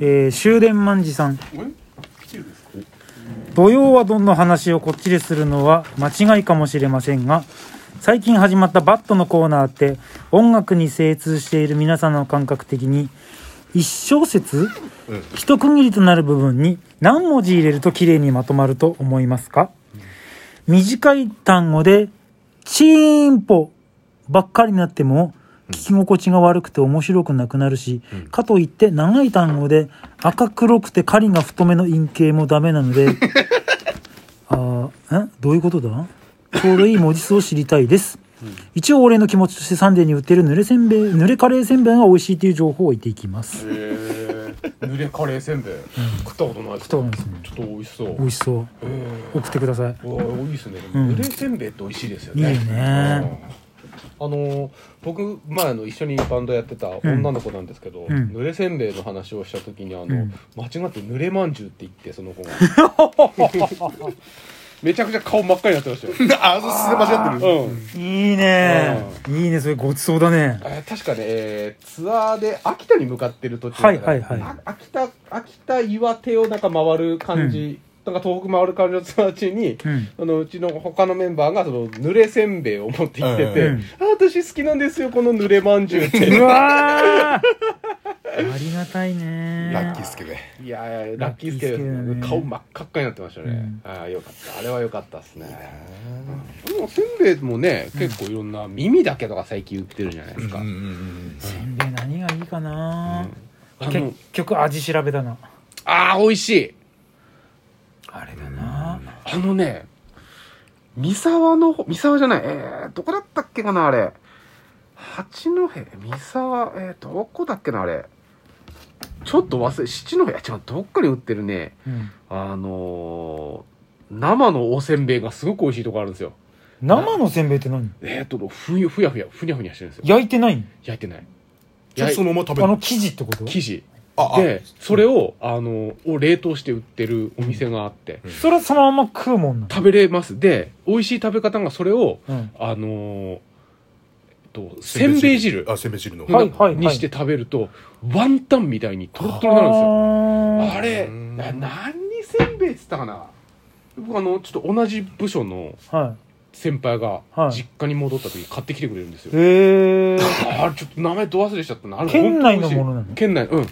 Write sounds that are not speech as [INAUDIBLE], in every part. えー終電万事さんですか土曜はどんの話をこっちでするのは間違いかもしれませんが最近始まったバットのコーナーって音楽に精通している皆さんの感覚的に一小節一区切りとなる部分に何文字入れると綺麗にまとまると思いますか短い単語でチーンポばっかりになっても聞き心地が悪くて面白くなくなるし、かといって長い単語で赤黒くて狩りが太めの陰茎もダメなのであーえどういうことだちょうどいい文字数を知りたいです、一応お礼の気持ちとしてサンデーに売ってる濡れせんべい濡れカレーせんべいが美味しいという情報を置いていきます、えー、濡れカレーせんべい、食ったことないで食っすたことないですねちょっと美味しそう美味しそうえ送ってくださいーうわーいいですね、ん濡れせんべいって美味しいですよねいいよねうんあのー僕前あの一緒にバンドやってた女の子なんですけど、ん濡れせんべいの話をした時にあの、ん間違って濡れまんじゅうって言ってそ [LAUGHS] の子がめちゃくちゃ顔真っ赤になってましたよ、 [LAUGHS] あ、そう、すれ間違ってる。うんいいねいいねそれごちそうだねえー確かね、えーツアーで秋田に向かってる途中はいはいはいあ秋田秋田岩手をなんか回る感じ、なんか東北回る感じのツアー中に、うんあのうちの他のメンバーがその濡れせんべいを持って行ってて、うんあ私好きなんですよこの濡れまんじゅうってう [LAUGHS] わーありがたいねラッキースケベ。いやーラッキースケですラッキースケだねね顔真っ赤っかになってましたね、うんああよかったあれはよかったですねでもせんべいもね結構いろんな耳だけとか最近売ってるじゃないですか、うんうんうんせんべい何がいいかな、うんあの結局味調べだなああ美味しいあれだなあのね、三沢の方、三沢じゃない、えー、どこだったっけかな、あれ。八戸、三沢、えー、どこだっけな、あれ。ちょっと忘れ、七戸、いや違う、どっかに売ってるね、うんあのー、生のおせんべいがすごく美味しいとこあるんですよ。生のせんべいって何えー、っと、ふゆ、ふやふや、ふにゃふにゃしてるんですよ。焼いてないん焼いてない。じゃあ焼いそのまま食べあるの生地ってこと生地。あ、あ、で、それを、あのー、を冷凍して売ってるお店があって、それはそのまま食うもんなの食べれます。で、美味しい食べ方がそれを、うんあのーえっと、せんべい汁あ、せんべい汁の。はいはいにして食べると、ワンタンみたいにトロットロになるんですよ。あーあれ、うんな何せんべいっつったかな僕あの、ちょっと同じ部署のはい先輩がは、い実家に戻った時に買ってきてくれるんですよ。へえあれ、ちょっと名前ど忘れしちゃったな。あれ県内の本当に美味しいものなの県内、うん。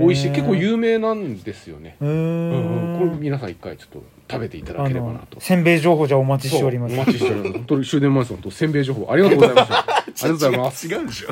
美美味しい。結構有名なんですよね。ううんうん。これん皆さん一回ちょっと食べていただあければなのと。せんべい情報じゃお待ちしております [LAUGHS] そうお待ちしております。本当に終電前です。本当、せんべい情報ありがとうございました。ありがとうございます。違うでしょ。